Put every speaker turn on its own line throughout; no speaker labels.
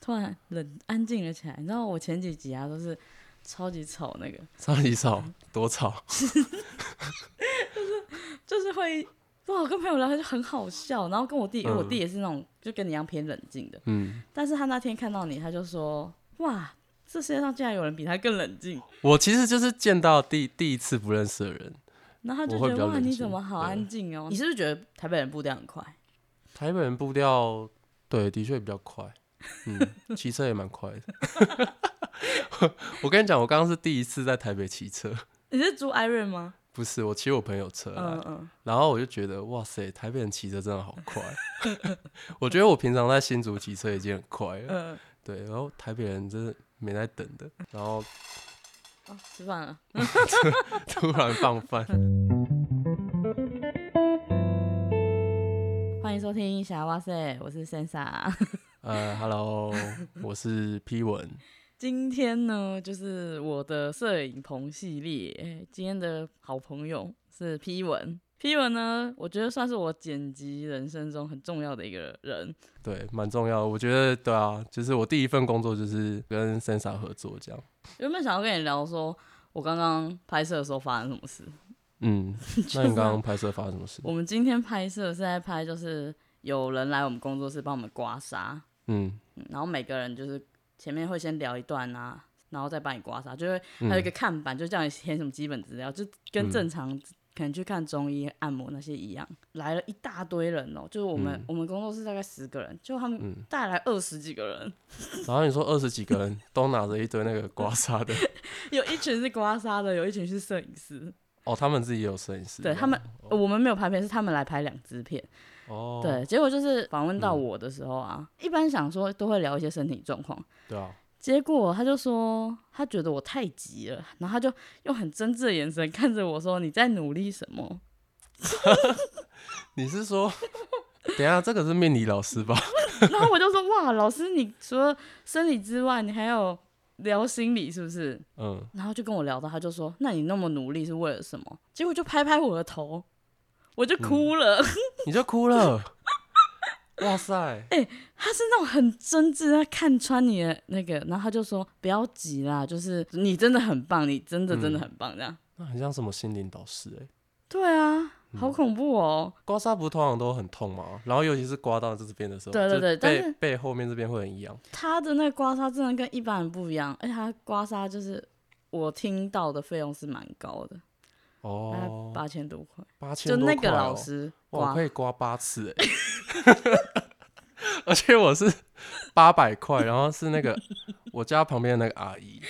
突然冷安静了起来。你知道我前几集啊都是超级吵，那个
超级吵， 多吵，
就是会，哇，我跟朋友聊天就很好笑。然后跟我弟，因为我弟也是那种就跟你一样偏冷静的，
嗯，
但是他那天看到你，他就说，哇，这世界上竟然有人比他更冷静。
我其实就是见到第第一次不认识的人，
然后他就
我会
觉
比较
得哇，
冷
你
静
怎么好
对
安静哦？你是不是觉得台北人步调很快？
台北人步调对的确比较快，嗯，骑车也蛮快的。 我跟你讲，我刚刚是第一次在台北骑车，
你是住 Iron 吗？
不是我骑我朋友车来
嗯嗯，
然后我就觉得哇塞，台北人骑车真的好快。我觉得我平常在新竹骑车已经很快了，
嗯，
对，啊然后台北人真的没在等的，然后
哦，吃饭了。
突然放饭。
欢迎收听《侠哇塞》，我是 Sensa。
呃，Hello，我是 P 文，
今天呢，就是我的摄影棚系列。今天的好朋友是 P 文，P 文呢，我觉得算是我剪辑人生中很重要的一个人。
对，蛮重要的。我觉得对啊，就是我第一份工作就是跟 Sensa 合作这样。
原本想要跟你聊说，我刚刚拍摄的时候发生什么事。
嗯，那
啊
你刚刚拍摄发生什么事？
我们今天拍摄是在拍，就是有人来我们工作室帮我们刮痧，
嗯，
嗯然后每个人就是前面会先聊一段啊，然后再帮你刮痧，就会
嗯
还有一个看板，就叫你填什么基本资料，就跟
嗯
正常、可能去看中医、按摩那些一样。来了一大堆人哦、就是我们、
嗯
我们工作室大概十个人，就他们
嗯
带来二十几个人，
然后你说二十几个人都拿着一堆那个刮 痧的，
有一群是刮痧的，有一群是摄影师。
哦，他们自己也有摄影师这
对
样，
他们，呃我们没有拍片，是他们来拍两支片。
哦，嗯
对，结果就是访问到我的时候啊，一般想说都会聊一些身体状况，
对啊，
结果他就说他觉得我太急了，然后他就用很真挚的眼神看着我说：“你在努力什么
你是说， 等一下这个是命理老师吧？？”
然后我就说：“哇，老师，你除了生理之外，你还有聊心理是不是
嗯，？”
然后就跟我聊到，他就说：“那你那么努力是为了什么？”结果就拍拍我的头，我就哭了。
你就哭了。哇塞，
他是那种很真挚，他看穿你的那个，然后他就说：“不要急啦，就是你真的很棒，你真的真的很棒。”这样、
那很像什么心灵导师哎、
对啊，好恐怖哦。
刮痧不是通常都很痛嘛，然后尤其是刮到这边的时候，
对对
就
对但是
背背后面这边会很痒。
他的那个刮痧真的跟一般人不一样，而且他刮痧就是我听到的费用是蛮高的，大概
哦，
八千多块，
八千、
就
多
那个
块哦
老师
哇我
刮
可，以刮八次哎、 而且我是八百块，然后是那 个我家旁边的那个阿姨，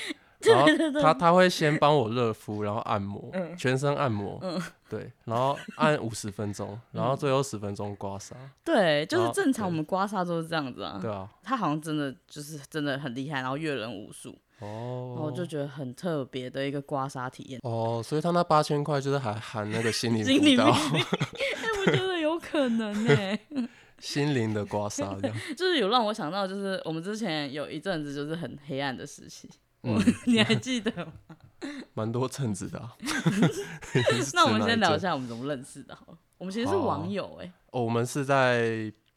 然后她她会先帮我热敷，然后按摩，
嗯
全身按摩，对，然后按五十分钟，
嗯
然后最后十分钟刮痧，
对，就
然
是
后
正常
啊对
我们刮痧都是这样子啊。
对啊，
他好像真的就是真的很厉害，然后阅人无数，然后
哦
我，就觉得很特别的一个刮痧体验。
哦，所以他那八千块就是还含那个心灵
心里
辅
面，
导，
哎，我觉得有可 能呢、
欸心灵的刮痧这样，
就是有让我想到，就是我们之前有一阵子就是很黑暗的时期，
嗯，
你还记得吗？
蛮多称职 的、啊。
那我们先聊一
下。
下我们怎么认识的，好了，我们其实是
好啊
网友哎、
哦，我们是在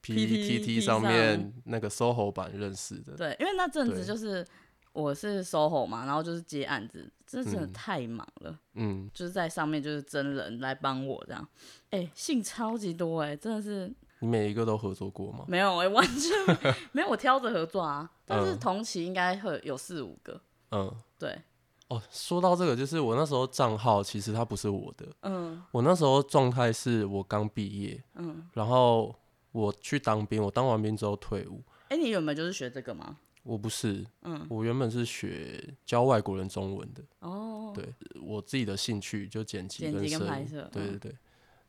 PTT
PTT 上
上
面那个 SOHO 版认识的。
对，因为那阵子
对
就是我是 SOHO 嘛，然后就是接案子，这真的
嗯
太忙了，
嗯，
就是在上面就是真人来帮我这样，哎、信超级多哎、真的是
你每一个都合作过吗？
没有哎、完全没 没有我挑着合作啊，但是
嗯
同期应该会有四五个，
嗯，
对，
哦，说到这个，就是我那时候账号其实它不是我的，
嗯
我那时候状态是我刚毕业，
嗯，
然后我去当兵，我当完兵之后退伍。
哎、你有没有就是学这个吗？
我不是，
嗯，
我原本是学教外国人中文的，
哦，
对我自己的兴趣就剪辑
剪辑跟
摄
拍
影
摄
对
嗯
对对。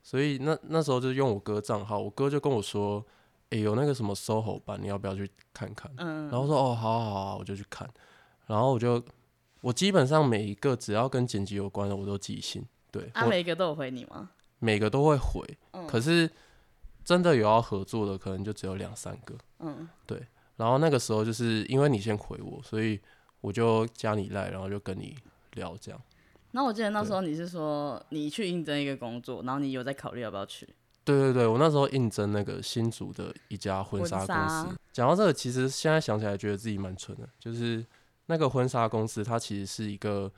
所以那那时候就用我哥账号，我哥就跟我说：“诶、有那个什么 SOHO 版，你要不要去看看？”
嗯，
然后说哦，好啊好啊，我就去看。然后我就我基本上每一个只要跟剪辑有关的，我都记性，对、
啊，
我
每一个都有回你吗？
每个都会回。
嗯
可是真的有要合作的，可能就只有两三个。
嗯，
然后那个时候就是因为你先回我，所以我就加你赖，然后就跟你聊这样。
然后我记得那时候你是说你去应征一个工作，然后你有在考虑要不要去，
对对对，我那时候应征那个新竹的一家婚纱公
婚纱
司。讲到这个，其实现在想起来觉得自己蛮蠢的，就是那个婚纱公司，它其实是一个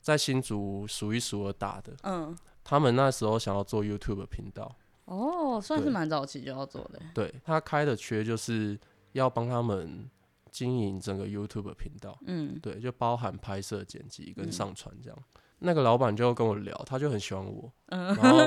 在新竹数一数二大的。
嗯，
他们那时候想要做 YouTube 频道，
哦，算是
对
蛮早期就要做的。欸
对他开的缺就是要帮他们经营整个 YouTube 频道，
嗯，
对，就包含拍摄、剪
嗯
辑跟上传这样。那个老板就跟我聊，他就很喜欢我，
嗯
然后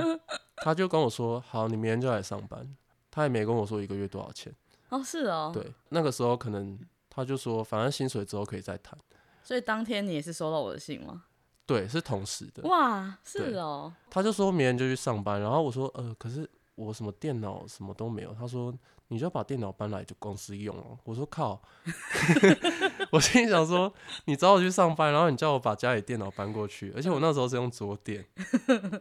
他就跟我说：“好，你明天就来上班。”他也没跟我说一个月多少钱。
哦，是哦，，
对，那个时候可能他就说，反正薪水之后可以再谈。
所以当天你也是收到我的信吗？
对，是同时的。
哇，是
对
哦，
他就说明天就去上班，然后我说呃，可是我什么电脑什么都没有。他说你就把电脑搬来公司用哦。我说靠， 我心里想说你找我去上班，然后你叫我把家里电脑搬过去，而且我那时候是用桌垫，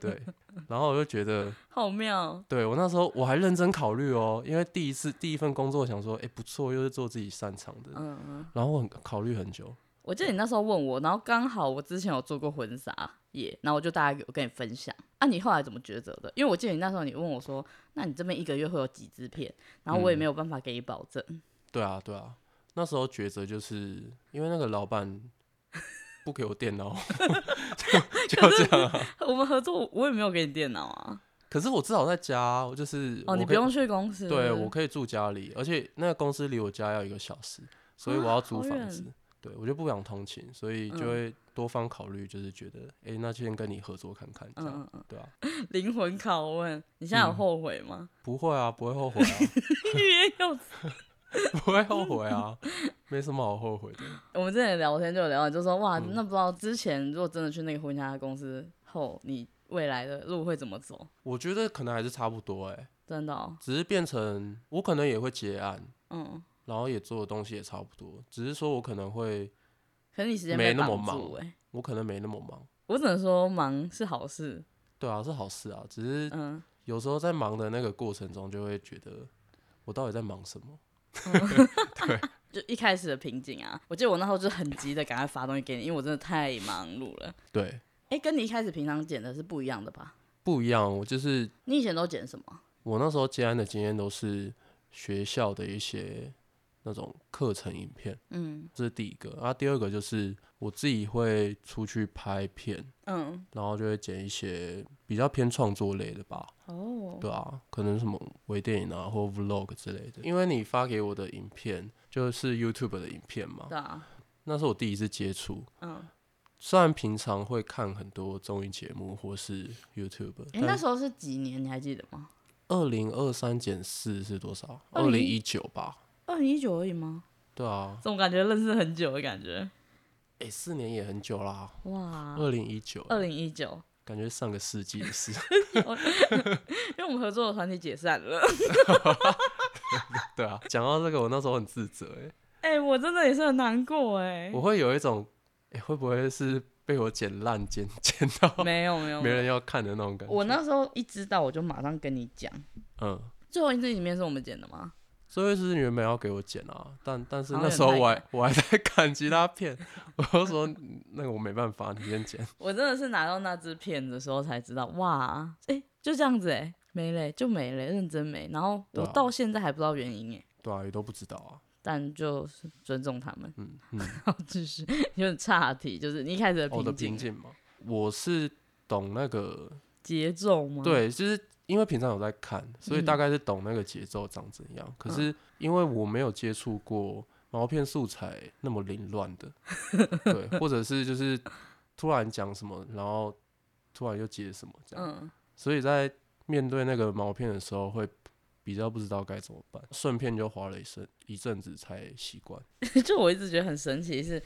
对，然后我就觉得，
好妙，
对我那时候我还认真考虑哦，因为第一次第一份工作想说，哎、不错，又是做自己擅长的，
嗯嗯。
然后我很考虑很久，
我记得你那时候问我，然后刚好我之前有做过婚纱耶，然后我就大概有跟你分享啊，你后来怎么抉择的？因为我记得你那时候你问我说，那你这边一个月会有几支片？然后我也
嗯
没有办法给你保证，
对啊，对啊，那时候抉择就是因为那个老板不给我电脑， 就就这样、啊。
我们合作我也没有给你电脑啊。
可是我至少在家啊，我就是
哦，
我
你
可
不
以
用去公司，
对我可以住家里，而且那个公司离我家要一个小时，所以我
啊
要租
好
房
远
子，对我就不想通勤，所以就
嗯
会多方考虑，就是觉得哎、诶那就先跟你合作看看，这样、
嗯嗯嗯
对啊，
灵魂拷问，你现在有
嗯
后悔吗？
不会啊，不会后悔啊，
你也有
不会后悔啊，没什么好后悔的。
我们之前聊天就有聊，就说哇，
嗯
那不知道之前如果真的去那个婚纱公司后，你未来的路会怎么走？
我觉得可能还是差不多哎、诶
真的、哦，
只是变成我可能也会结案，
嗯，
然后也做的东西也差不多，只是说我可能会，
可是你时间被
没那么
绑
忙
住哎、
我可能没那么忙。
我只能说忙是好事，
对啊，是好事啊，只是
嗯，
有时候在忙的那个过程中，就会觉得我到底在忙什么？对，
就一开始的瓶颈啊，我记得我那时候就很急的赶快发东西给你，因为我真的太忙碌了。
对，
哎、跟你一开始平常剪的是不一样的吧？
不一样。我就是
你以前都剪什么？
我那时候接案的经验都是学校的一些那种课程影片，
嗯
这是第一个。啊，第二个就是我自己会出去拍片，
嗯，
然后就会剪一些比较偏创作类的吧。
哦，
对啊，可能什么微电影啊或 vlog 之类的。因为你发给我的影片就是 YouTube 的影片嘛，
对啊，
那是我第一次接触。
嗯，
虽然平常会看很多综艺节目或是 YouTube，
哎、那
但
时候是几年？你还记得吗？
二零二三减四是多少？二零一
2019
九吧。
二零一九而已吗？
对啊，
怎么感觉认识很久的感觉？
哎、四年也很久啦，
哇，
二零一九，
嗯二零一九，
感觉上个世纪的事。
因为我们合作的团体解散了。
对啊，讲到这个，我那时候很自责、欸，
哎、我真的也是很难过哎、
我会有一种，哎、会不会是被我剪烂剪剪 到
没有没有，
没人要看的那种感觉？
我那时候一知道我就马上跟你讲。
嗯。
最后一支影片是我们剪的吗？
最后一次原本要给我剪啊，但但是
好像
那
有
时候
点
我
太
还我还在赶其他片，我就说嗯那个我没办法，你先剪。
我真的是拿到那支片的时候才知道，哇，哎、就这样子哎、没嘞，就没嘞，认真没。然后
对
我
啊
到现在还不知道原因哎、
对啊，也都不知道啊。
但就是尊重他们。
嗯 嗯，
然后就是有点岔题，就是你一开始的
哦我的
瓶
瓶
颈、欸
颈嘛，我是懂那个，
节奏吗？，
对，就是因为平常有在看，所以大
嗯
概是懂那个节奏长怎样。可是因为我没有接触过毛片素材那么凌乱的，对，或者是就是突然讲什么，然后突然又接什么这样。
嗯，
所以在面对那个毛片的时候，会比较不知道该怎么办，顺便就花了一阵一阵子才习惯。
就我一直觉得很神奇是，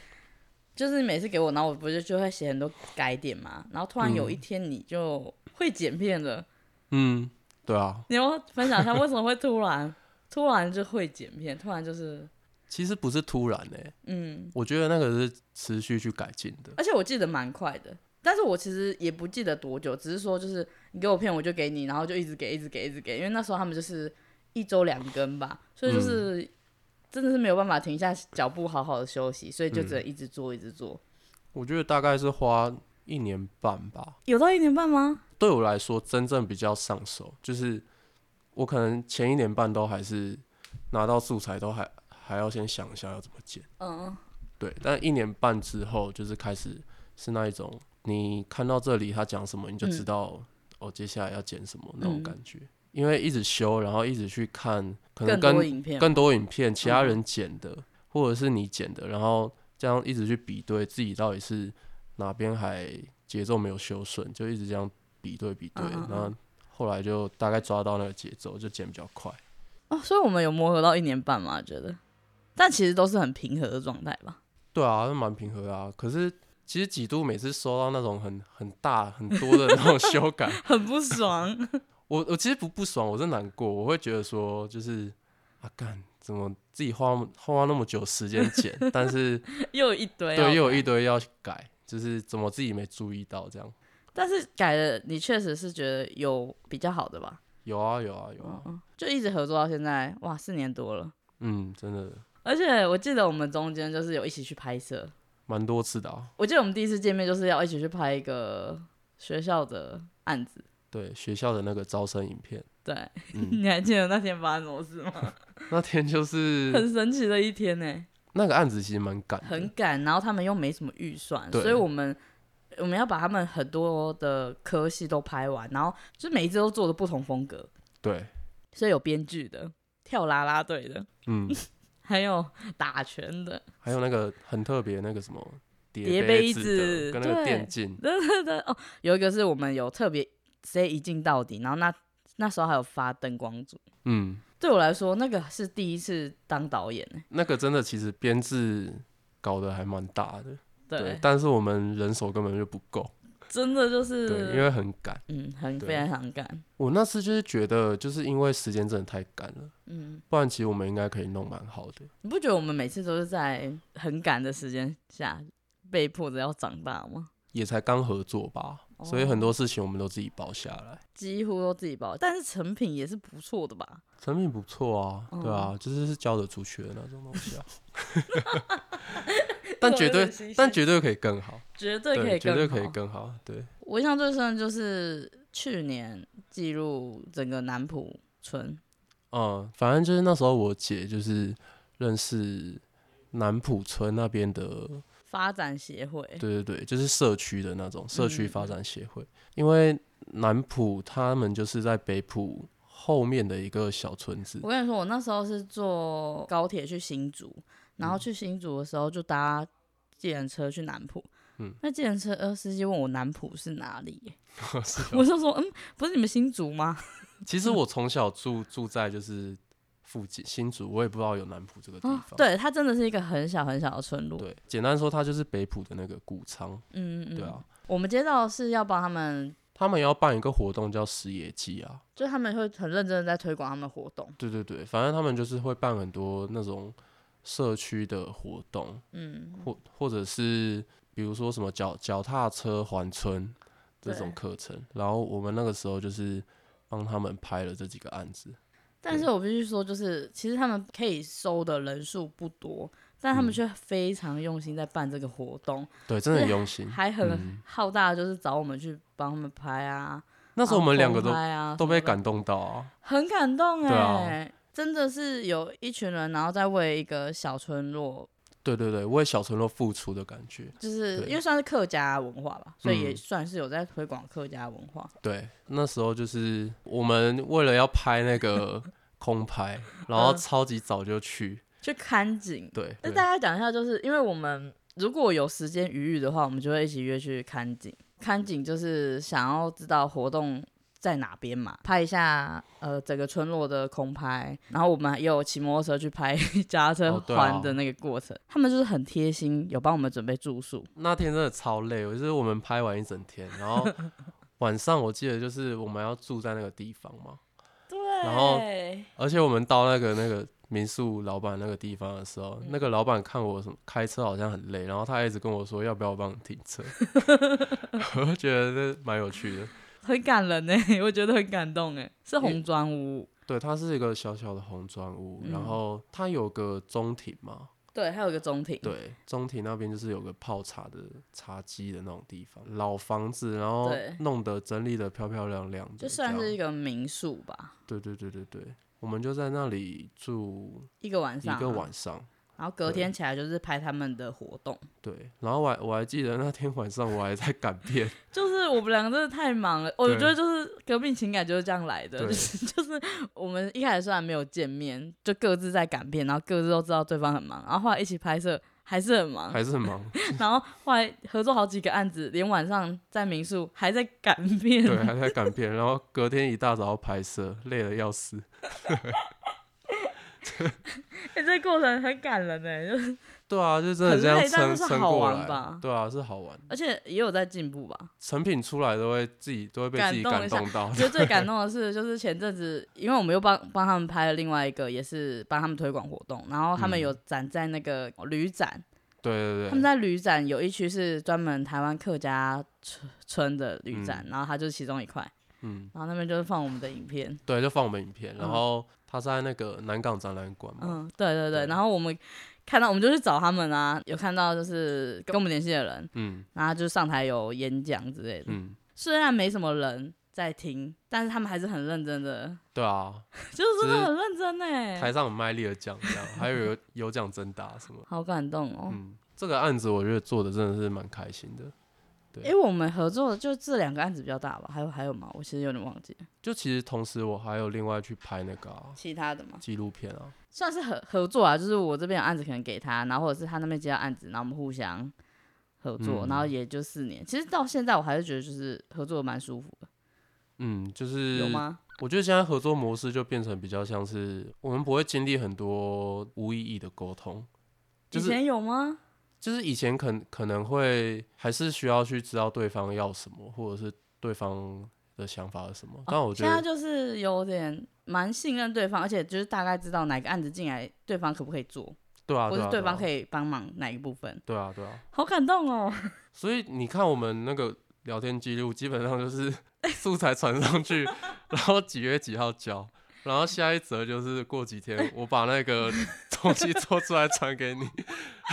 就是每次给我，然后我不是就会写很多改点嘛，然后突然有一天你就会剪片了，
嗯，对啊，
你要不要分享一下为什么会突然突然就会剪片，突然就是
其实不是突然诶、
嗯，
我觉得那个是持续去改进的。
而且我记得蛮快的。但是我其实也不记得多久，只是说就是你给我片我就给你，然后就一直给一直给一直给，因为那时候他们就是一周两更吧，所以就是、
嗯
真的是没有办法停下脚步好好的休息，所以就只
嗯
能一直做一直做，
我觉得大概是花一年半吧，
有到一年半吗？
对我来说真正比较上手，就是我可能前一年半都还是拿到素材都还还要先想一下要怎么剪，
嗯，
对，但一年半之后就是开始是那一种你看到这里他讲什么你就知
嗯
道、哦接下来要剪什么那种
嗯
感觉，因为一直修，然后一直去看，可能
更多
跟
影片嘛，
更多影片，其他
嗯
人剪的、或者是你剪的，然后这样一直去比对自己到底是哪边还节奏没有修顺，就一直这样比对比对，
嗯嗯嗯
然后后来就大概抓到那个节奏，就剪比较快。
哦，所以我们有磨合到一年半嘛，觉得，但其实都是很平和的状态吧。
对啊，那蛮平和的啊。可是其实几度每次收到那种很很大很多的那种修 改，
很不爽，
我我其实不不爽，我是难过，我会觉得说就是啊干。怎么自己花花那么久时间剪，但是
又有一堆，哦
对，又有一，堆要改，就是怎么自己没注意到这样。
但是改了，你确实是觉得有比较好的吧？
有啊，有啊，有
嗯
啊，
嗯，就一直合作到现在，哇，四年多了。
嗯，真的
而且我记得我们中间就是有一起去拍摄，
蛮多次的、啊。
我记得我们第一次见面就是要一起去拍一个学校的案子，
对，学校的那个招生影片，
对，
嗯，
你还记得那天发生什么事吗？
那天就是
很神奇的一天呢、
那个案子其实蛮赶的，
很赶，然后他们又没什么预算，
对
所以我们我们要把他们很多的科系都拍完，然后就是每一支都做的不同风格，
对，
所以有编剧的、跳啦啦队的，
嗯，
还有打拳的，
还有那个很特别那个什么
叠
叠
杯子
子的跟那个
对
电竞，
对对对哦，有一个是我们有特别直接一镜到底，然后那那时候还有发灯光组。
嗯，
对我来说，那个是第一次当导演欸、
那个真的其实编制搞得还蛮大的，
对，
但是我们人手根本就不够，
真的就
对，
是，
因为很赶。
嗯，很
对
非常感，
我那次就是觉得，就是因为时间真的太赶了，
嗯，
不然其实我们应该可以弄蛮好的。
你不觉得我们每次都是在很赶的时间下被迫着要长大吗？
也才刚合作吧，所以
哦
很多事情我们都自己包下来，
几乎都自己包，但是成品也是不错的吧？
成品不错啊，对啊
嗯，
就是是交得出去的那种东 西啊。但
有
绝
点
对
心，
但
虚
绝对可以更好，
绝对可以
绝
更
对可以
好
更好，对，
我印象最深的就是去年记录整个南浦村，
嗯，反正就是那时候我姐就是认识南浦村那边的
发展协会，
对对对，就是社区的那种社区
嗯
发
嗯
展协会，因为南浦他们就是在北浦后面的一个小村子
我，跟你说，我那时候是坐高铁去新竹，然
嗯
后去新竹的时候就搭计程车去南浦。
嗯
那计程车呃司机问我南浦是哪里 耶、
是啊
我就说嗯，不是你们新竹吗？
其
嗯
实我从小住住在就是附近新竹，我也不知道有南浦这个地方
啊。，对，它真的是一个很小很小的村落。
对简单说，它就是北浦的那个谷仓。
嗯嗯嗯，
对啊，
我们接到的是要帮他们，
他们要办一个活动叫食野祭啊。
就他们会很认真的在推广他们的活动。
对对对，反正他们就是会办很多那种社区的活动，
嗯，
或或者是比如说什么脚脚踏车环村这种
对
课程。然后我们那个时候就是帮他们拍了这几个案子。
但是我必须说，就是其实他们可以收的人数不多，但他们
嗯
却非常用心在办这个活动。
对，真的很
对
用心。
还很
嗯
浩大，就是找我们去帮他们拍啊。
那时候我们两个都
帮拍啊，
都被
什么的
感动到啊。
很感动
对啊
哎、真的是有一群人，然后在为一个小村落，
对对对，为小村落付出的感觉。
就是
对
因为算是客家文化吧，所以也
嗯
算是有在推广客家文化。
对，那时候就是我们为了要拍那 个空拍，然后
嗯
超级早就去。
去看景，
对，
那
对
大家讲一下，就是因为我们如果有时间余裕的话，我们就会一起约去看景。看景就是想要知道活动在哪边嘛，拍一下呃整个村落的空拍，然后我们也有骑摩托车去拍 脚踏车
哦对啊
环的那个过程。他们就是很贴心，有帮我们准备住宿。
那天真的超累，就是我们拍完一整天，然 后晚上我记得就是我们要住在那个地方嘛，
对，
然后而且我们到那个那个民宿老板那个地方的时候，那个老板看我什么开车好像很累，然后他还一直跟我说要不要帮你停 车， 我就觉得这蛮有趣的。
很感人呢、 我觉得很感动哎、是红砖屋，
对，它是一个小小的红砖屋，然
嗯
后它有个中庭嘛，
对，还有一个中庭，
对，中庭那边就是有个泡茶的茶几的那种地方，老房子，然后
对
弄得整理的漂漂亮亮的，
就算
这
是一
样
个民宿吧，
对对对对对，我们就在那里住
一个晚
一
上、啊
个，晚上，
然后隔天起来就是拍他们的活动。
对，然后我还我还记得那天晚上我还在赶 片，
就是我们两个真的太忙了，我
对
觉得就是革命情感就是这样来的，
对
就是就是我们一开始虽然没有见面，就各自在赶片，然后各自都知道对方很忙，然后后来一起拍摄还是很忙，
还是很忙，
然后后来合作好几个案子，连晚上在民宿还在赶片，
对，啊还在赶片，然后隔天一大早要拍摄，累得要死，
欸这过程很感人呢，就是
对啊，就真的
很
这样
累但
撑
是是
撑
好
过
玩
来
吧，
对啊，是好玩，
而且也有在进步吧。
成品出来都会自己都会被自
感
己
动
感
一下
动到
我，觉得最感动的是，就是前阵子，因为我们又帮帮他们拍了另外一个，也是帮他们推广活动，然后他们
嗯
有展在那个哦旅展，
对对
他们
对，
在旅展有一区是专门台湾客家村村的旅展，然后它就是其中一块，
嗯，
然后那边就是放我们的影片。
对，就放我们影片，然
嗯
后他在那个南港展览馆嘛，
嗯，对对对，
哦对
然后我们看到我们就去找他们啊，有看到就是跟我们联系的人，
嗯
然后就上台有演讲之类的。
嗯，
虽然没什么人在听，但是他们还是很认真的，
对啊，
就是真
只是
的很认真欸
台
呢，
上很卖力的讲这样，还有有奖征答什么，
好感动哦。
嗯，这个案子我觉得做的真的是蛮开心的，对
因为我们合作的就这两个案子比较大吧，还有还有吗？我其实有点忘记了
就其实同时我还有另外去拍那个啊
其他的嘛。
纪录片啊，
算是合合作啊，就是我这边有案子可能给他，然后或者是他那边接到案子，然后我们互相合作，
嗯
然后也就四年。其实到现在我还是觉得就是合作得蛮舒服的，
嗯，就是
有吗？
我觉得现在合作模式就变成比较像是我们不会经历很多无意义的沟通，就
以
是
前有吗？
就是以前可可能会还是需要去知道对方要什么，或者是对方的想法是什么，但我觉
哦现在
得
就是有点蛮信任对方，而且就是大概知道哪个案子进来，对方可不可以做，
对啊，
或
对
是
啊，
对方可
以，
以帮忙哪一部分。
对啊，对啊，
好感动哦！
所以你看我们那个聊天记录，基本上就是 素材传上去，然后几月几号交，然后下一则就是过几天我把 那个东西做出来传给你，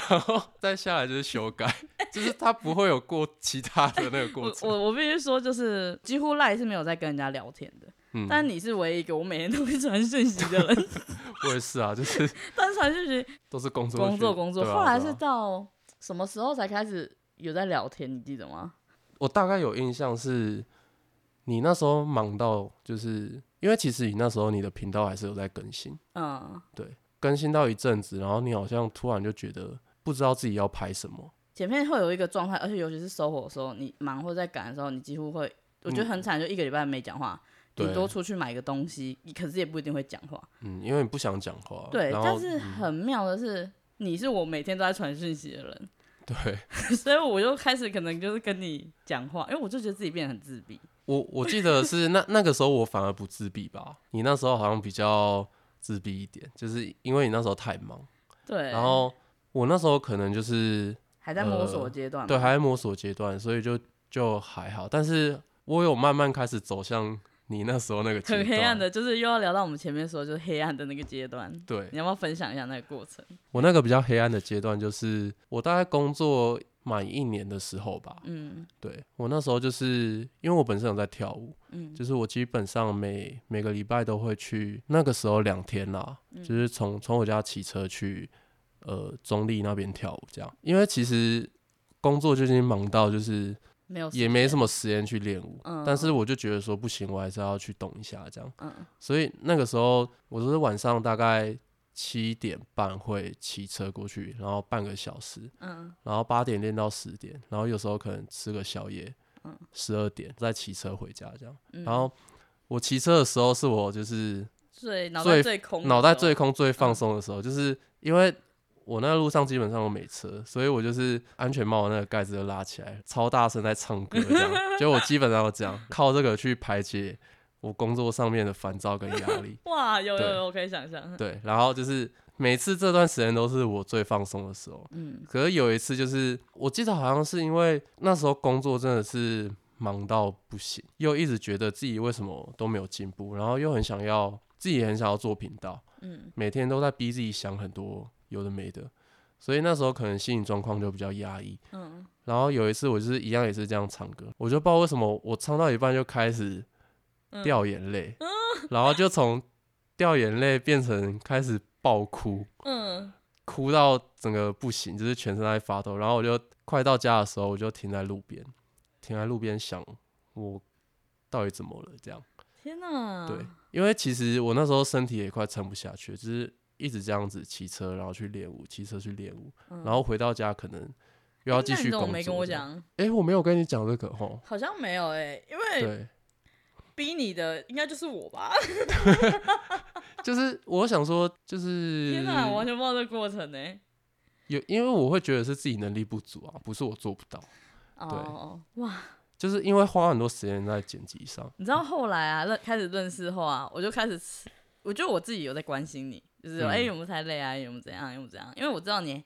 然后再下来就是修改，就是它不会有过其他的那个过
我
程。
我我必须说，就是几乎赖是没有在跟人家聊天的，
嗯，
但你是唯一一个我每天都会传讯息的 人，
我也是啊，就是
但是传讯息
都是工作
工作
去
工作，
对啊
后来
对
是
啊
到什么时候才开始有在聊天？你记得吗？
我大概有印象是，你那时候忙到就是因为其实你那时候你的频道还是有在更新。
嗯，
更新到一阵子，然后你好像突然就觉得不知道自己要拍什么，
前面会有一个状态，而且尤其是收火的时候，你忙或在赶的时候，你几乎会，我觉得很惨，就一个礼拜没讲话。
对
你多出去买个东西，你可是也不一定会讲话。
嗯，因为你不想讲话，
对，
哦然
但
后嗯
是很妙的是，你是我每天都在传讯息的人，
对
所以我就开始可能就是跟你讲话，因为我就觉得自己变得很自闭。
我我记得是那那个时候我反而不自闭吧，你那时候好像比较自闭一点，就是因为你那时候太忙，
对，
然后我那时候可能就是
还在摸索阶段嘛、
呃对还在摸索阶段，所以就就还好，但是我有慢慢开始走向你那时候那个阶
很黑暗
段，
的，就是又要聊到我们前面说，就是黑暗的那个阶段。
对
你要不要分享一下那个过程？
我那个比较黑暗的阶段就是我大概工作满一年的时候吧，
嗯
对我那时候就是因为我本身有在跳舞，
嗯，
就是我基本上每每个礼拜都会去，那个时候两天啦，
嗯
就是从从我家骑车去呃中立那边跳舞这样，因为其实工作就已经忙到就是
没有，
也没什么时间去练舞，
嗯
但是我就觉得说不行，我还是要去动一下这样，
嗯
所以那个时候我都是晚上大概七点半会骑车过去，然后半个小时，
嗯
然后八点练到十点，然后有时候可能吃个宵夜
嗯，
十二点再骑车回家这样。
嗯，
然后我骑车的时候是我就是
最脑
最
袋最空的时候，
脑袋最空、最放松的时候，就是因为我那路上基本上我没车，所以我就是安全帽的那个盖子就拉起来，超大声在唱歌这样。就我基本上都这样，靠这个去排解我工作上面的烦躁跟压力。
哇，有有
对
有，我可以想象，
对，然后就是每次这段时间都是我最放松的时候。
嗯
可是有一次，就是我记得好像是因为那时候工作真的是忙到不行，又一直觉得自己为什么都没有进步，然后又很想要自己也很想要做频道，
嗯
每天都在逼自己想很多有的没的，所以那时候可能心理状况就比较压抑。
嗯，
然后有一次我就是一样也是这样唱歌，我就不知道为什么我唱到一半就开始
嗯
掉眼泪，然后就从掉眼泪变成开始爆哭，
嗯，
哭到整个不行，就是全身在发抖。然后我就快到家的时候，我就停在路边，停在路边想我到底怎么了这样。
天哪，
对，因为其实我那时候身体也快撑不下去了，就是一直这样子骑车，然后去练舞，骑车去练舞，
嗯
然后回到家可能又要继续
那你怎
工
么
作。
没跟我
这样，
讲？
哎、我没有跟你讲这个吼。
好像没有 哎、因为
对，
逼你的应该就是我吧？就是
我想说，就 是
天哪，我完全不知道这个过程呢、
有，因为我会觉得是自己能力不足啊，不是我做不到，
哦，哇！
就是因为花很多时间在剪辑上。
你知道后来啊，认开始认识后啊，我就开始吃，我觉得我自己有在关心你，就是说
嗯
哎、有没有太累啊，有没有怎样，有没有怎样？因为我知道你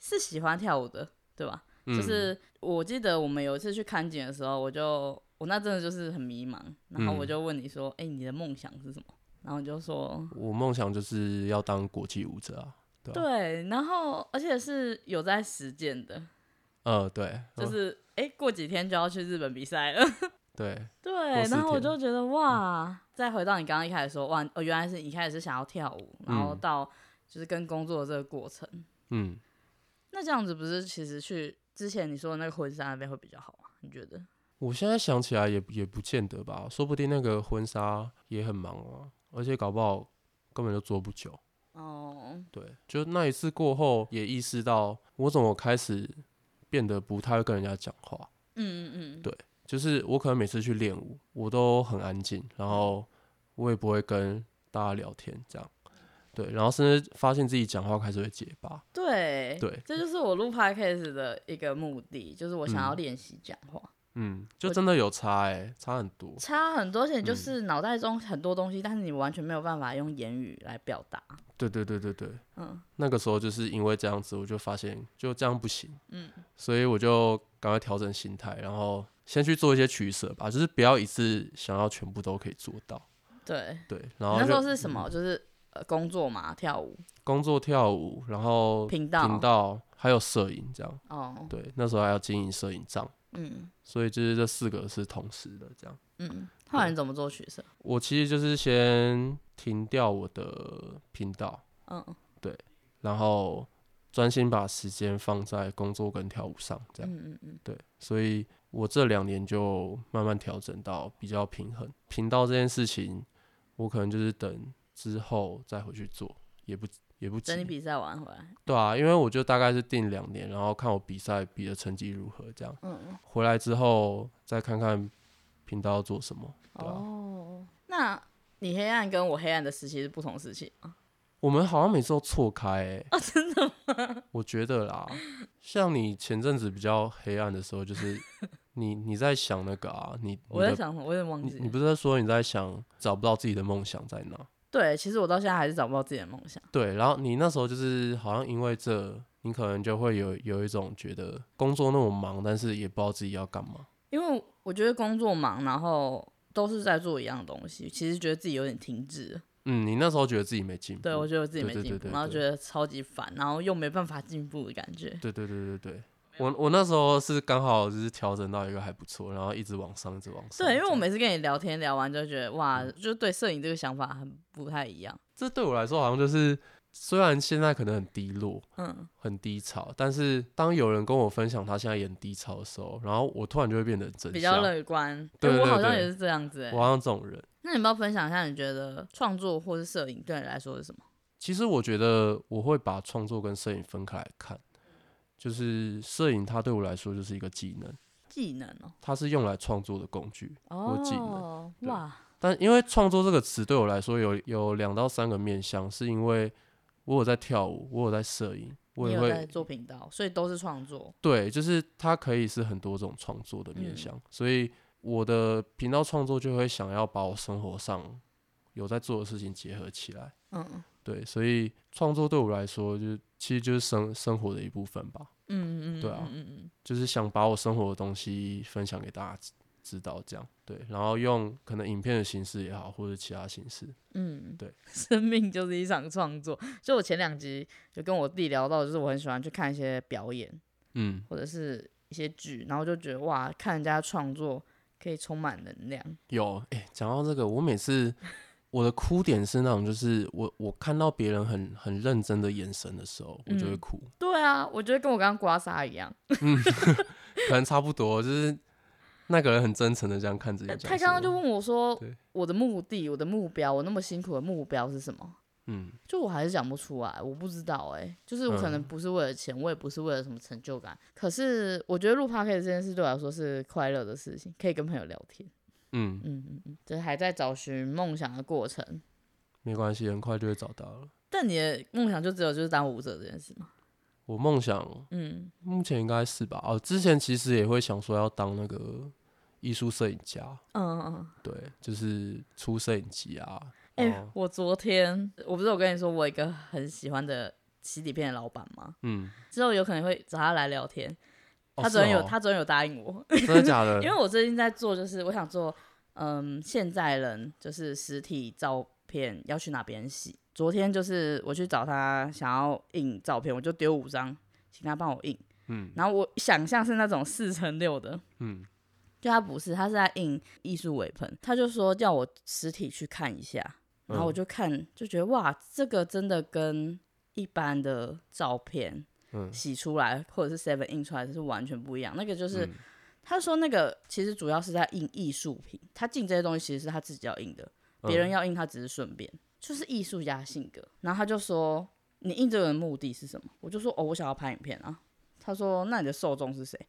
是喜欢跳舞的，对吧？
嗯、
就是我记得我们有一次去看景的时候，我就我那阵子就是很迷茫，然后
嗯
我就问你说，哎、你的梦想是什么？然后你就说，
我梦想就是要当国际舞者啊。对吧，
对，然后而且是有在实践的，
呃，对，
就
嗯
是哎、过几天就要去日本比赛了。
对，
对，
四
然后我
天嗯
就觉得哇，再回到你刚刚一开始说哇，哦，原来是你一开始是想要跳舞，然后
嗯
到就是跟工作的这个过程，
嗯，
那这样子不是其实去之前你说的那个婚纱那边会比较好吗？你觉得？
我现在想起来也也不见得吧，说不定那个婚纱也很忙啊，而且搞不好根本就做不久。
哦，
对，就那一次过后，也意识到我怎么开始变得不太会跟人家讲话。
嗯嗯嗯，
对就是我可能每次去练舞，我都很安静，然后我也不会跟大家聊天这样。对，然后甚至发现自己讲话开始会结巴。
对
对
这就是我录 podcast 的一个目的，就是我想要练习讲话，
嗯，就
我
真的有差哎、差很多。
差很多，而
嗯
且就是脑袋中很多东西，但是你完全没有办法用言语来表达。
对对对对对，
嗯
那个时候就是因为这样子，我就发现就这样不行，
嗯，
所以我就赶快调整心态，然后先去做一些取舍吧，就是不要一次想要全部都可以做到。
对。
对，然
你
后
那时候
就是嗯
什么？就是呃工作嘛，跳舞
工作、跳舞，然后
频道。
频道还有摄影这样。
哦，
对，那时候还要经营摄影账，
嗯。
所以就是这四个是同时的这样。
嗯，后来你怎么做取舍？
我其实就是先停掉我的频道，
嗯
然后专心把时间放在工作跟跳舞上这样。
嗯嗯嗯，
对，所以我这两年就慢慢调整到比较平衡。频道这件事情，我可能就是等之后再回去做，也不也不急
等你。比赛完回来，
对啊，因为我就大概是定两年，然后看我比赛比的成绩如何，这样
嗯，
回来之后再看看频道要做什么。对啊，
哦，那你黑暗跟我黑暗的时期是不同时期啊，
我们好像每次都错开、欸，
哦真的吗？
我觉得啦，像你前阵子比较黑暗的时候，就是你你在想那个啊，你你
我在
的
想什么，我有点忘
你
记
你
了。
不是在说你在想找不到自己的梦想在哪？
对，其实我到现在还是找不到自己的梦想。
对，然后你那时候就是好像因为这，你可能就会有有一种觉得工作那么忙，但是也不知道自己要干嘛。
因为我觉得工作忙，然后都是在做一样东西，其实觉得自己有点停滞了。
嗯，你那时候觉得自己没进步。
对，我觉得我自己没
对对
进
对
步，
对
然后
对
觉得超级烦，然后又没办法进步的感觉。
对对对对对，我我那时候是刚好就是调整到一个还不错，然后一直往上，一直往上。
对，因为
这
我
样
每次跟你聊天聊完，就觉得哇，就对摄影这个想法很不太一样。
这对我来说好像就是，虽然现在可能很低落、
嗯，
很低潮，但是当有人跟我分享他现在也很低潮的时候，然后我突然就会变得很真
比较
相。
乐观。
对
欸我
对
好像
对
也是这样子哎、
我好像这种人。
那你要不要分享一下，你觉得创作或是摄影对你来说是什么？
其实我觉得我会把创作跟摄影分开来看，就是摄影它对我来说就是一个技能，
技能哦、
它是用来创作的工具。我技能
哦，
对
哇，
但因为创作这个词对我来说有有两到三个面向，是因为我有在跳舞，我有在摄影，我
你
也
有在
会
做频道，所以都是创作。
对，就是它可以是很多种创作的面
嗯
向，所以我的频道创作就会想要把我生活上有在做的事情结合起来。
嗯
对，所以创作对我来说就，其实就是生生活的一部分吧。
嗯嗯，
对啊
嗯嗯嗯，
就是想把我生活的东西分享给大家，指导这样。对，然后用可能影片的形式也好，或者其他形式，
嗯，
对，
生命就是一场创作。所以我前两集就跟我弟聊到，就是我很喜欢去看一些表演
嗯，
或者是一些剧，然后就觉得哇，看人家创作可以充满能量。
有，哎、讲到这个，我每次我的哭点是那种，就是我我看到别人很很认真的眼神的时候，我就会
嗯
哭，
对啊，我觉得跟我刚刚刮痧一样。
可能差不多，就是那个人很真诚的这样看着你
呃
讲什
他
么。
刚刚就问我说
对，
我的目的、我的目标、我那么辛苦的目标是什么？
嗯，
就我还是讲不出来，我不知道哎、就是我可能
嗯
不是为了钱，我也不是为了什么成就感，可是我觉得录 p o d c a s t 这件事对我来说是快乐的事情，可以跟朋友聊天，
嗯，
嗯嗯嗯，就是还在找寻梦想的过程。
没关系，很快就会找到了。
但你的梦想就只有就是当舞者这件事吗？
我梦想
嗯，
目前应该是吧，哦，之前其实也会想说要当那个艺术摄影家，
嗯嗯嗯。
对，就是出摄影机啊。
哎、
然后
我昨天我不是有跟你说我有一个很喜欢的洗底片的老板吗？
嗯，
之后有可能会找他来聊天。
哦
他昨天有、
是哦
他昨天有答应我，
真的假 的？
因为我最近在做，就是我想做，嗯，现在人就是实体照片要去哪边洗。昨天就是我去找他，想要印照片，我就丢五张，请他帮我印。
嗯
然后我想象是那种四乘六的，
嗯
就他不是，他是在印艺术尾盆，他就说叫我实体去看一下，然
嗯
后我就看，就觉得哇，这个真的跟一般的照片
嗯
洗出来或者是 Seven 印出来的是完全不一样，那个就是。
嗯
他说那个其实主要是在印艺术品，他进这些东西其实是他自己要印的，别人
嗯
要印他只是顺便，就是艺术家性格。然后他就说你印这个的目的是什么？我就说哦，我想要拍影片啊。他说那你的受众是谁？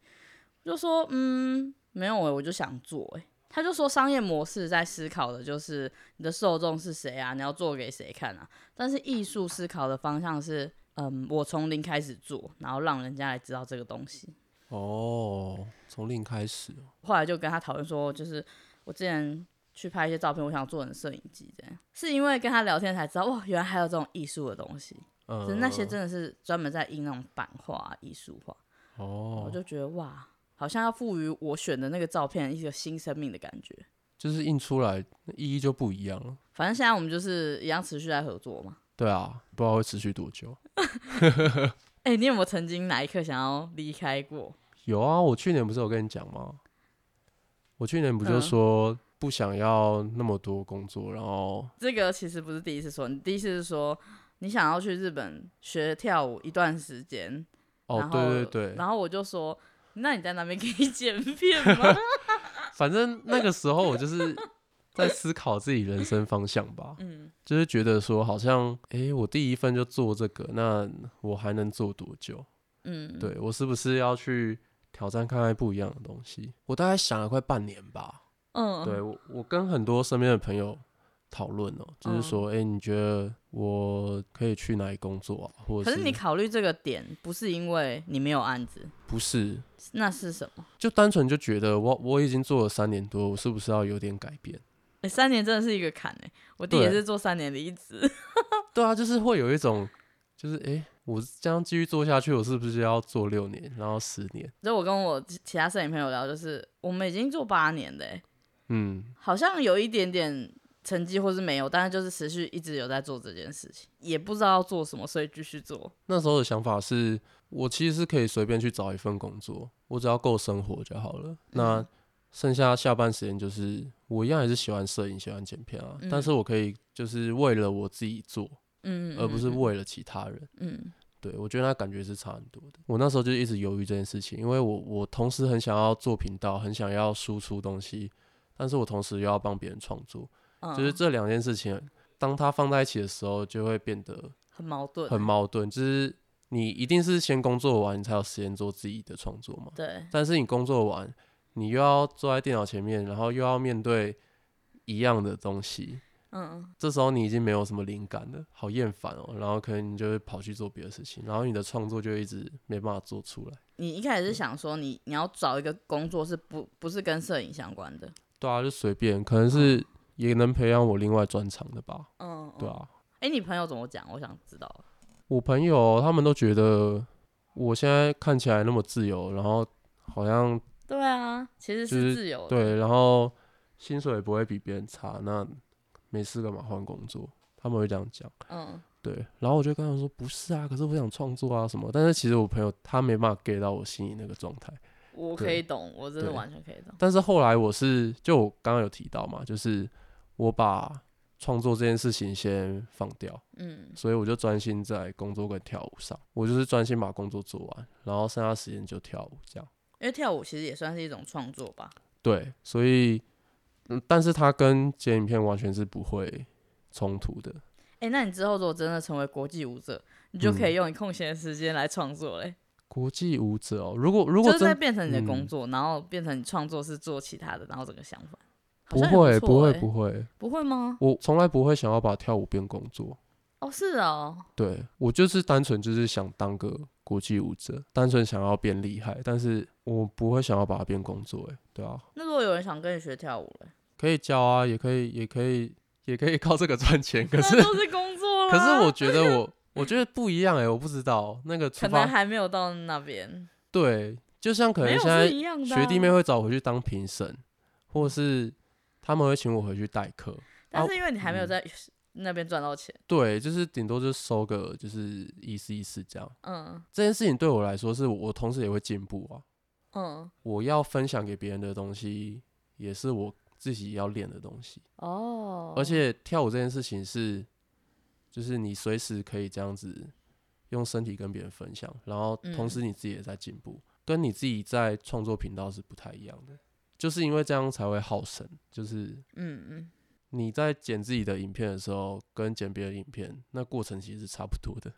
我就说嗯，没有诶、我就想做诶、他就说商业模式在思考的就是你的受众是谁啊，你要做给谁看啊？但是艺术思考的方向是，嗯，我从零开始做，然后让人家来知道这个东西。
哦，从零开始哦，
后来就跟他讨论说，就是我之前去拍一些照片，我想做成摄影机，这样是因为跟他聊天才知道，哇，原来还有这种艺术的东西。
嗯，
可是那些真的是专门在印那种版画啊、艺术画，我
哦，
就觉得哇，好像要赋予我选的那个照片一个新生命的感觉。
就是印出来意义就不一样了。
反正现在我们就是一样持续在合作嘛。
对啊，不知道会持续多久。
哎、你有没有曾经哪一刻想要离开过？
有啊，我去年不是有跟你讲吗？我去年不就
嗯
说不想要那么多工作，然后
这个其实不是第一次说，你第一次是说你想要去日本学跳舞一段时间，
哦
然，后
对对对，
然后我就说，那你在那边可以剪片 吗？
反正那个时候我就是在思考自己人生方向吧，
嗯
就是觉得说好像，诶、我第一份就做这个，那我还能做多久？
嗯，
对我是不是要去挑战看看不一样的东西？我大概想了快半年吧。
嗯，
对我，我跟很多身边的朋友讨论哦，就是
嗯
说，诶、你觉得我可以去哪里工作啊？或者
可
是
是你考虑这个点，不是因为你没有案子，
不是？
那是什么？
就单纯就觉得我我已经做了三年多，我是不是要有点改变？
哎、三年真的是一个坎哎、我弟
对
也是做三年离职，
对啊，就是会有一种，就是诶，我这样继续做下去，我是不是要做六年，然后十年？
所以我跟我其其他摄影朋友聊，就是我们已经做八年的、欸，
嗯，
好像有一点点成绩或是没有，但是就是持续一直有在做这件事情，也不知道要做什么，所以继续做。
那时候的想法是，我其实是可以随便去找一份工作，我只要够生活就好了。
嗯
那剩下下班时间就是，我一样还是喜欢摄影，喜欢剪片啊，但是我可以就是为了我自己做，
嗯，
而不是为了其他人。
嗯
对，我觉得那感觉是差很多的。我那时候就一直犹豫这件事情，因为我我同时很想要做频道，很想要输出东西，但是我同时又要帮别人创作，
嗯，
就是这两件事情，当它放在一起的时候，就会变得
很矛盾，
很矛盾。就是你一定是先工作完，你才有时间做自己的创作嘛。
对，
但是你工作完，你又要坐在电脑前面，然后又要面对一样的东西，
嗯
这时候你已经没有什么灵感了，好厌烦哦。然后可能你就会跑去做别的事情，然后你的创作就一直没办法做出来。
你一开始是想说你你要找一个工作是不不是跟摄影相关的，
对啊，就随便，可能是也能培养我另外专长的吧。
嗯，
对啊，
哎、你朋友怎么讲？我想知道。
我朋友他们都觉得我现在看起来那么自由，然后好像
对啊，其实
就是是
自由的，
对，然后薪水也不会比别人差，那没事干嘛换工作？他们会这样讲，
嗯，
对。然后我就跟他们说不是啊，可是我想创作啊什么。但是其实我朋友他没办法 get 到我心里那个状态。
我
对
可以懂，我真的
对
完全可以懂。
但是后来我是就我刚刚有提到嘛，就是我把创作这件事情先放掉，
嗯，
所以我就专心在工作跟跳舞上。我就是专心把工作做完，然后剩下时间就跳舞这样。
因为跳舞其实也算是一种创作吧。
对，所以，嗯，但是它跟剪影片完全是不会冲突的。
哎、那你之后如果真的成为国际舞者，你就
嗯
可以用你空闲的时间来创作嘞、
国际舞者哦，如果如
就
果
是在
真
变成你的工
嗯
作，然后变成你创作是做其他的，然后整个想法。好
不
像也
会
不
不
错
会
欸
不会，
不会吗？
我从来不会想要把跳舞变工作。
哦，是哦，
对我就是单纯就是想当个国际舞者，单纯想要变厉害，但是我不会想要把它变工作。哎，对啊，
那如果有人想跟你学跳舞嘞，
可以教啊，也可以也可以也可以靠这个赚钱，可是
那就是工作啦。
可是我觉得我我觉得不一样哎、我不知道那个出
可能
发
还没有到那边，
对，就像可
没
能
有
现在
是一样的啊、
学弟妹会找我回去当评审，或是他们会请我回去代课。
但
啊
是因为你还没有
嗯
在那边赚到钱，
对，就是顶多就收个就是意思意思这样。
嗯
这件事情对我来说是我我同时也会进步啊。
嗯，
我要分享给别人的东西，也是我自己要练的东西。
哦，
而且跳舞这件事情是，就是你随时可以这样子用身体跟别人分享，然后同时你自己也在进步，跟你自己在创作频道是不太一样的。就是因为这样才会耗神，就是
嗯嗯，
你在剪自己的影片的时候，跟剪别的影片，那过程其实是差不多的，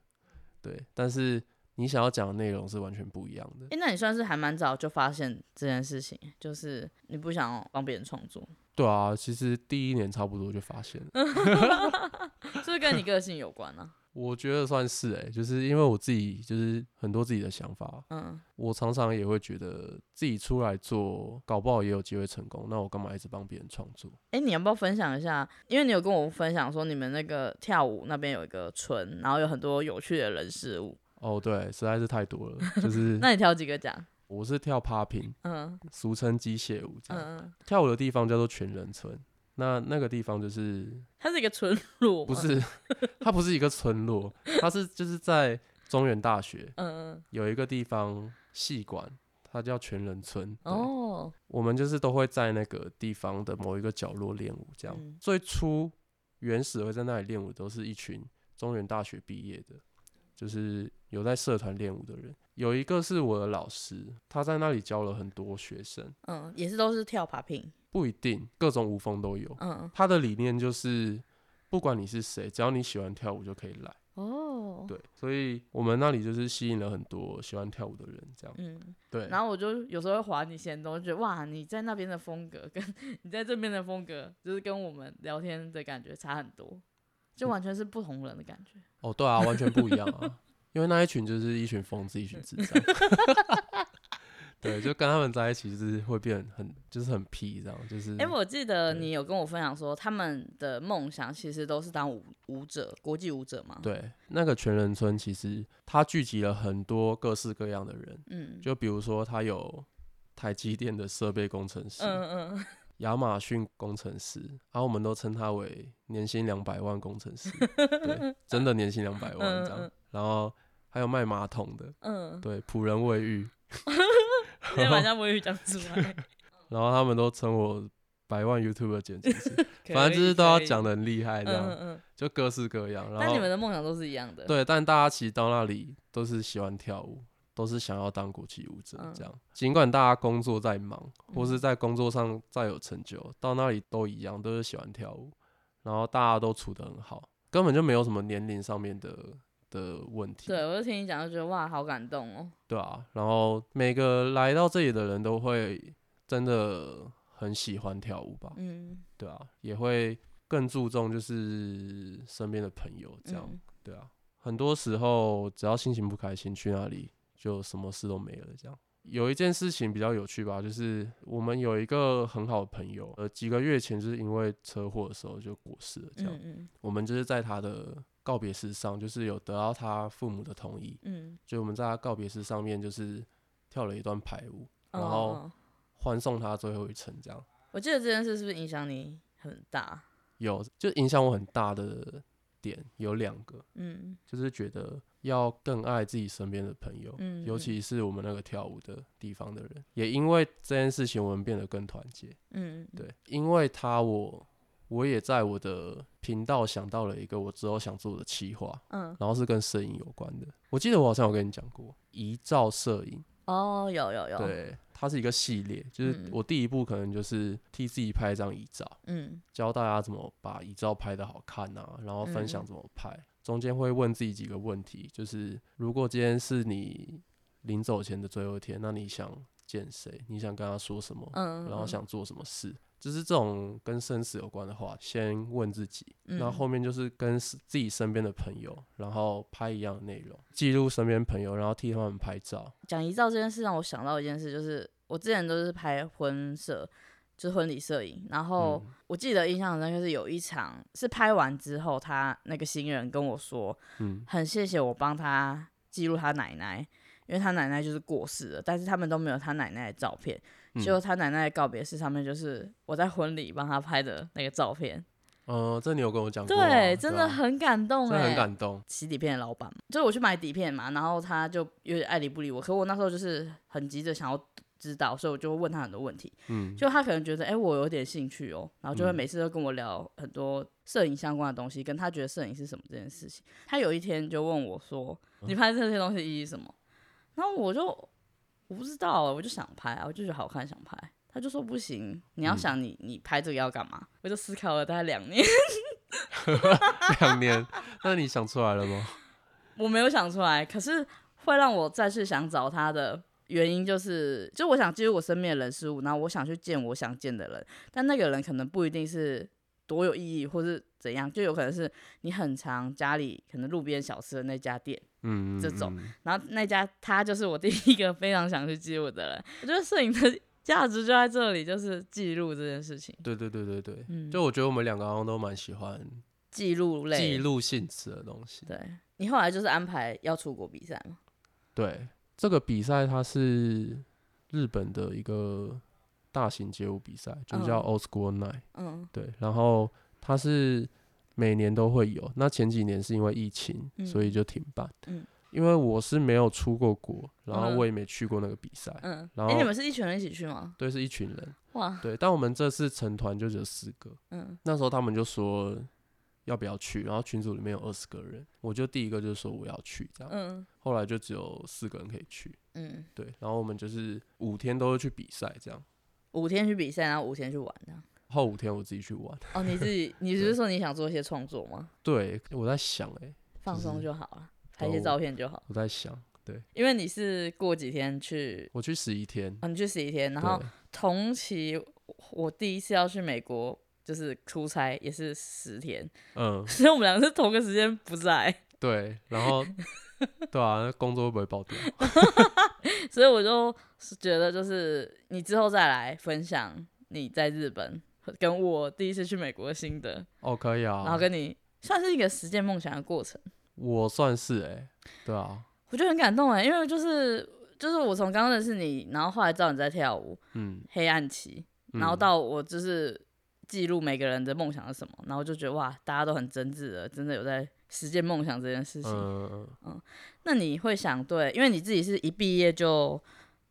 对。但是你想要讲的内容是完全不一样的
哎、。那你算是还蛮早就发现这件事情，就是你不想要帮别人创作，
对啊，其实第一年差不多就发现了，
是不是跟你个性有关啊呢、
我觉得算是哎、就是因为我自己就是很多自己的想法，啊
嗯，
我常常也会觉得自己出来做，搞不好也有机会成功，那我干嘛一直帮别人创作？
哎、你要不要分享一下？因为你有跟我分享说你们那个跳舞那边有一个村，然后有很多有趣的人事物，
哦，对，实在是太多了， 就是
那你挑几个讲？
我是跳 popping，
嗯
俗称机械舞这样，
嗯嗯，
跳舞的地方叫做全人村。那那个地方就是
它是一个村落吗，
不是，它不是一个村落，它是就是在中原大学
嗯，嗯
有一个地方戏馆，它叫全人村。
嗯，
哦，
哦，
我们就是都会在那个地方的某一个角落练舞，这样。
嗯
最初原始会在那里练舞，都是一群中原大学毕业的，就是有在社团练舞的人。有一个是我的老师，他在那里教了很多学生，
嗯，也是都是跳 popping，
不一定各种舞风都有。
嗯，
他的理念就是，不管你是谁，只要你喜欢跳舞就可以来。
哦，
对，所以我们那里就是吸引了很多喜欢跳舞的人，这样。
嗯。
对，
然后我就有时候会划你先动，就觉得哇，你在那边的风格跟你在这边的风格，就是跟我们聊天的感觉差很多，就
嗯
完全是不同人的感觉。
哦，对啊，完全不一样啊，因为那一群就是一群疯子，一群智障。 对，就跟他们在一起就是会变很，就是很屁这样，就是。
哎、我记得
嗯对
你有跟我分享说，他们的梦想其实都是当舞舞者，国际舞者嘛。，
对，那个全人村其实它聚集了很多各式各样的人，
嗯，
就比如说它有台积电的设备工程师，
嗯嗯
亚马逊工程师，然、后我们都称他为年薪两百万工程师， 对，真的年薪两百万这
嗯嗯
样。然后还有卖马桶的，
嗯，
对，仆人 卫浴，
今天晚上我也讲出来，
然后他们都称我百万 YouTube 剪辑师，
可
反正就
以
是都要。
可
讲
以
的很厉害
嗯
这样，
嗯嗯，
就各式各样。然
但
后
你们的梦想都是一样的。，
对，但大家其实到那里都是喜欢跳舞，都是想要当国际舞者
嗯
这样。尽管大家工作再忙，或是
嗯
在工作上再有成就，到那里都一样，都是喜欢跳舞，然后大家都处得很好，根本就没有什么年龄上面的的问题。
对我就听你讲，就觉得哇，好感动哦。
对啊，然后每个来到这里的人都会真的很喜欢跳舞吧？
嗯，
对啊，也会更注重就是身边的朋友这样。
嗯
对啊，很多时候只要心情不开心，去那里就什么事都没了。这样有一件事情比较有趣吧，就是我们有一个很好的朋友，呃，几个月前就是因为车祸的时候就过世了。这样，
嗯嗯
我们就是在他的告别式上，就是有得到他父母的同意，
嗯，
就我们在他告别式上面就是跳了一段排舞，然
哦
后
哦
欢送他最后一程，这样
我记得这件事是不是影响你很大？
有就影响我很大的点有两个，
嗯
就是觉得要更爱自己身边的朋友，
嗯
尤其是我们那个跳舞的地方的人，也因为这件事情，我们变得更团结。
嗯，
对，因为他我我也在我的频道想到了一个我之后想做的企划，
嗯，
然后是跟摄影有关的。我记得我好像有跟你讲过遗照摄影，
哦，有有有，，
对，它是一个系列，就是
嗯
我第一步可能就是替自己拍一张遗照，
嗯
教大家怎么把遗照拍的好看啊，然后分享
嗯
怎么拍。中间会问自己几个问题，就是如果今天是你临走前的最后一天，那你想见谁？你想跟他说什么？
嗯，
然后
嗯，
想做什么事，就是这种跟生死有关的话，先问自己，
嗯
那后面就是跟自自己身边的朋友，然后拍一样的内容，记录身边朋友，然后替他们拍照。
讲遗照这件事让我想到一件事，就是我之前都是拍婚摄，就是婚礼摄影。然后
嗯
我记得印象很深，就是有一场是拍完之后，他那个新人跟我说，
嗯
很谢谢我帮他记录他奶奶，因为他奶奶就是过世了，但是他们都没有他奶奶的照片。
嗯
结果他奶奶的告别式上面，就是我在婚礼帮他拍的那个照片，
呃，这你有跟我讲过啊、
对，
啊
真的很感动
真
哎、
的很感动。
洗底片的老板嘛，就是我去买底片嘛，然后他就有点爱理不理我，可我那时候就是很急着想要知道，所以我就会问他很多问题，
嗯，
就他可能觉得哎、诶我有点兴趣哦，然后就会
嗯
每次都跟我聊很多摄影相关的东西，跟他觉得摄影是什么这件事情。他有一天就问我说：“
嗯
你拍这些东西意义是什么？”然后我就我不知道啊，我就想拍啊，我就觉得好看想拍。他就说不行，你
嗯
要想你你拍这个要干嘛？我就思考了大概两年，
两年， 那你想出来了吗？
我没有想出来，可是会让我再去想找他的原因就是，就我想记录我身边的人事物，然后我想去见我想见的人，但那个人可能不一定是多有意义或是怎样，就有可能是你很常家里可能路边小吃的那家店，
嗯，
这种
嗯
然后那家他就是我第一个非常想去记录的人。 我觉得摄影的价值就在这里，就是记录这件事情，
对对对对对，
嗯
就我觉得我们两个好像都蛮喜欢
记录类
记录性质的东西。
对。你后来就是安排要出国比赛吗？
对，这个比赛它是日本的一个大型街舞比赛，就叫 Old School Night、
嗯
对，然后它是每年都会有，那前几年是因为疫情，
嗯
所以就停办。
嗯
因为我是没有出过国，然后
嗯
我也没去过那个比赛。
嗯，哎、
然后
你们是一群人一起去吗？
对，是一群人。
哇，
对，但我们这次成团就只有四个，
嗯
那时候他们就说要不要去，然后群组里面有二十个人，我就第一个就说我要去，这样。
嗯
后来就只有四个人可以去。
嗯。
对，然后我们就是五天都会去比赛，这样
五天去比赛，然后五天去玩这样。
后五天我自己去玩。
哦，你自 己，你是不是说你想做一些创作吗？
对，我在想、欸，
放松就好了，拍一些
都
照片就好。
我在想，
因为你是过几天去，
我去十一天，
哦，你去十一天，然后
对，
同期我第一次要去美国，就是出差也是十天，
嗯，
所以我们两个是同个时间不在，
对，然 后，对啊，那工作会不会爆掉？
所以我就是觉得就是你之后再来分享你在日本跟我第一次去美国的心得，
哦，可以
然后
啊，
跟你算是一个实践梦想的过程。
我算是哎、欸，对啊，
我就很感动哎，因为就是就是我从刚认识你，然后后来知道你在跳舞，
嗯，
黑暗期，然后
嗯
到我就是记录每个人的梦想是什么，然后就觉得哇，大家都很真挚的，真的有在实践梦想这件事情。
嗯嗯
那你会想对，因为你自己是一毕业就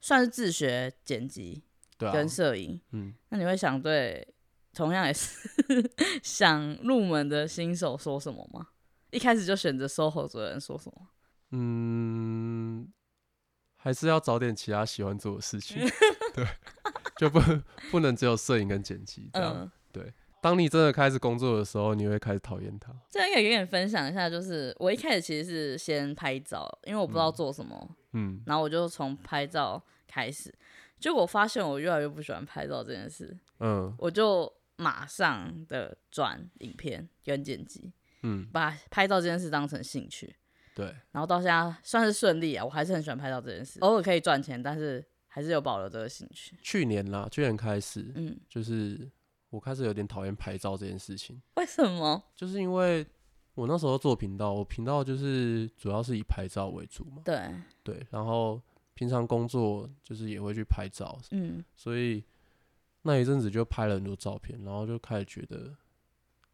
算是自学剪辑
对啊，
跟摄影，
嗯，
那你会想对同样也是 想入门的新手说什么吗？一开始就选择 SOHO 的人说什么？
嗯，还是要找点其他喜欢做的事情，对，就不不能只有摄影跟剪辑这样。
嗯。
当你真的开始工作的时候，你会开始讨厌它。
这样可以跟你分享一下，就是我一开始其实是先拍照，因为我不知道做什么，
嗯，
然后我就从拍照开始。结果我发现我越来越不喜欢拍照这件事，
嗯
我就马上的转影片跟剪辑，
嗯，
把拍照这件事当成兴趣。
对，
然后到现在算是顺利啊，我还是很喜欢拍照这件事，偶尔可以赚钱，但是还是有保留这个兴趣。
去年啦，去年开始，
嗯，
就是我开始有点讨厌拍照这件事情，
为什么？
就是因为我那时候做频道，我频道就是主要是以拍照为主嘛，
对，
对，然后平常工作就是也会去拍照，
嗯，
所以那一阵子就拍了很多照片，然后就开始觉得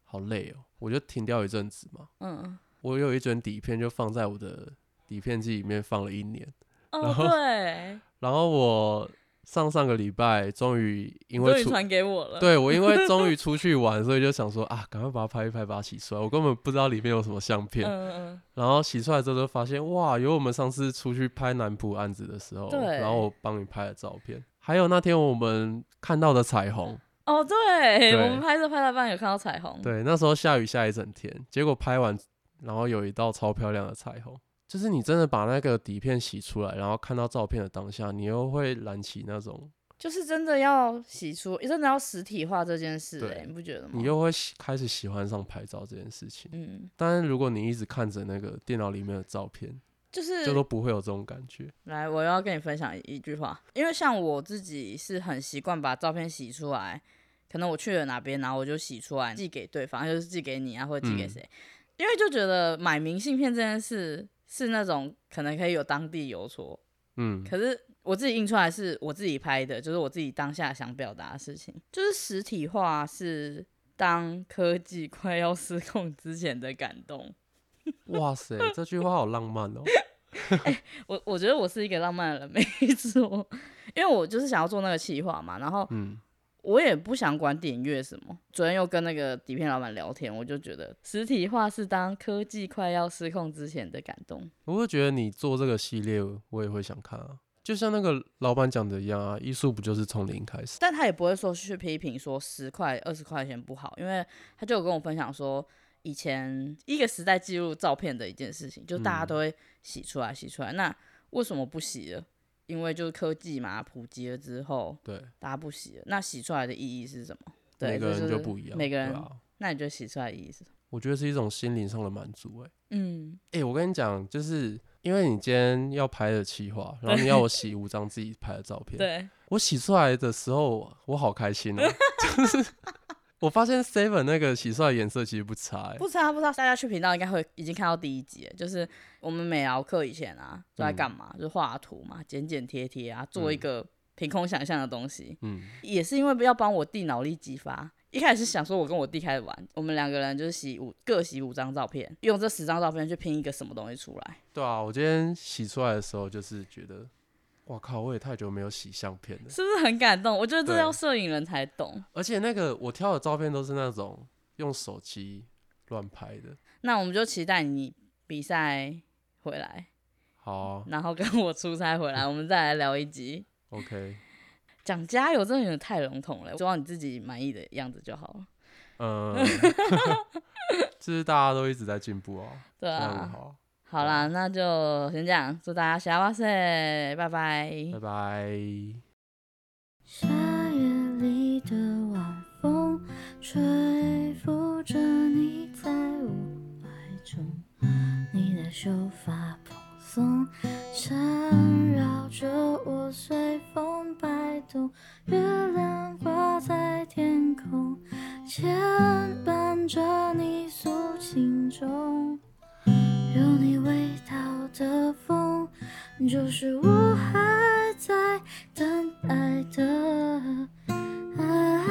好累哦、我就停掉一阵子嘛。
嗯，
我有一卷底片就放在我的底片机里面放了一年，
哦
然后
对，
然后我上上个礼拜终于因
终
为
于
出
传给我了，，
对我 因为终于出去玩，所以就想说啊，赶快把它拍一拍，把它洗出来。我根本不知道里面有什么相片，
嗯
然后洗出来之后就发现哇，有我们上次出去拍南浦案子的时候，
对
然后我帮你拍的照片，还有那天我们看到的彩虹，
哦对，
对
我们拍摄拍到一半有看到彩虹，
对，那时候下雨下一整天，结果拍完，然后有一道超漂亮的彩虹。就是你真的把那个底片洗出来，然后看到照片的当下，你又会燃起那种，
就是真的要洗出，真的要实体化这件事、
对
哎，你不觉得吗？
你又会喜开始喜欢上拍照这件事情。
嗯，
但是如果你一直看着那个电脑里面的照片，
就是
就都不会有这种感觉。
来，我要跟你分享一一句话，因为像我自己是很习惯把照片洗出来，可能我去了哪边，然后我就洗出来寄给对方，就是寄给你啊，或者寄给
嗯
谁，因为就觉得买明信片这件事是那种可能可以有当地邮戳，
嗯，
可是我自己印出来是我自己拍的，就是我自己当下想表达的事情，就是实体化是当科技快要失控之前的感动。
哇塞，这句话好浪漫哦。
我我觉得我是一个浪漫的人，没错，因为我就是想要做那个企划嘛，然后
嗯，
我也不想管点阅什么。昨天又跟那个底片老板聊天，我就觉得实体化是当科技快要失控之前的感动。
我会觉得你做这个系列，我也会想看啊。就像那个老板讲的一样啊，艺术不就是从零开始？
但他也不会说去批评说十块二十块钱不好，因为他就有跟我分享说，以前一个时代记录照片的一件事情，就大家
嗯
都会洗出来洗出来，那为什么不洗了？因为就是科技嘛，普及了之后，
对，
大家不洗了，那洗出来的意义是什么？对，
每个
这
人就是不一样。
每个
对
人，
啊，
那你觉得洗出来的意义是什么？
我觉得是一种心灵上的满足、欸。哎、
嗯，
我跟你讲，就是因为你今天要拍的企划，然后你要我洗五张自己拍的照片，
对，
我洗出来的时候，我好开 心哦、就是我发现 Seven 那个洗出来的颜色其实不差、欸，
不差不差，大家去频道应该会已经看到第一集了，就是我们美劳课以前啊都在干
嗯
嘛？就是画图嘛，剪剪贴贴啊，做一个凭空想象的东西。
嗯，
也是因为要帮我弟脑力激发，一开始想说我跟我弟开始玩，我们两个人就是洗五各洗五张照片，用这十张照片去拼一个什么东西出来。
对啊，我今天洗出来的时候，就是觉得，哇靠，我也太久没有洗相片了。
是不是很感动？我觉得这
对
要摄影人才懂。
而且那个我挑的照片都是那种用手机乱拍的。
那我们就期待你比赛回来，
好啊、
然后跟我出差回来，我们再来聊一集。
o k
讲加油真的有点太笼统了，做到你自己满意的样子就好了。
嗯， 就是大家都一直在进步啊，
对
这样
啊，
好啊，
好啦，那就先这样，祝大家下哇塞，拜拜。
拜拜。
夏夜里的晚风，吹拂着你在我怀中，你的秀发蓬松，缠绕着我随风摆动。月亮挂在天空，牵绊着你诉情衷。有你味道的风，就是我还在等爱的爱。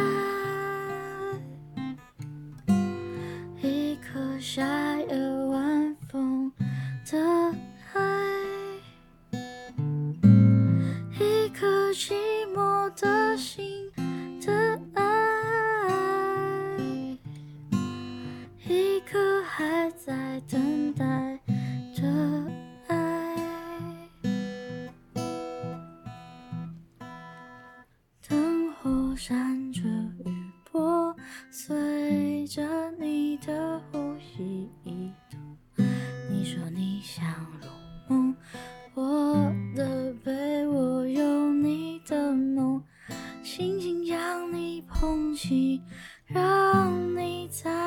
一颗夏夜晚风的爱，一颗寂寞的心的爱。一颗还在等待的爱。灯火闪着余波，随着你的呼吸移动。你说你想入梦，我的被窝有你的梦，轻轻将你捧起，让你在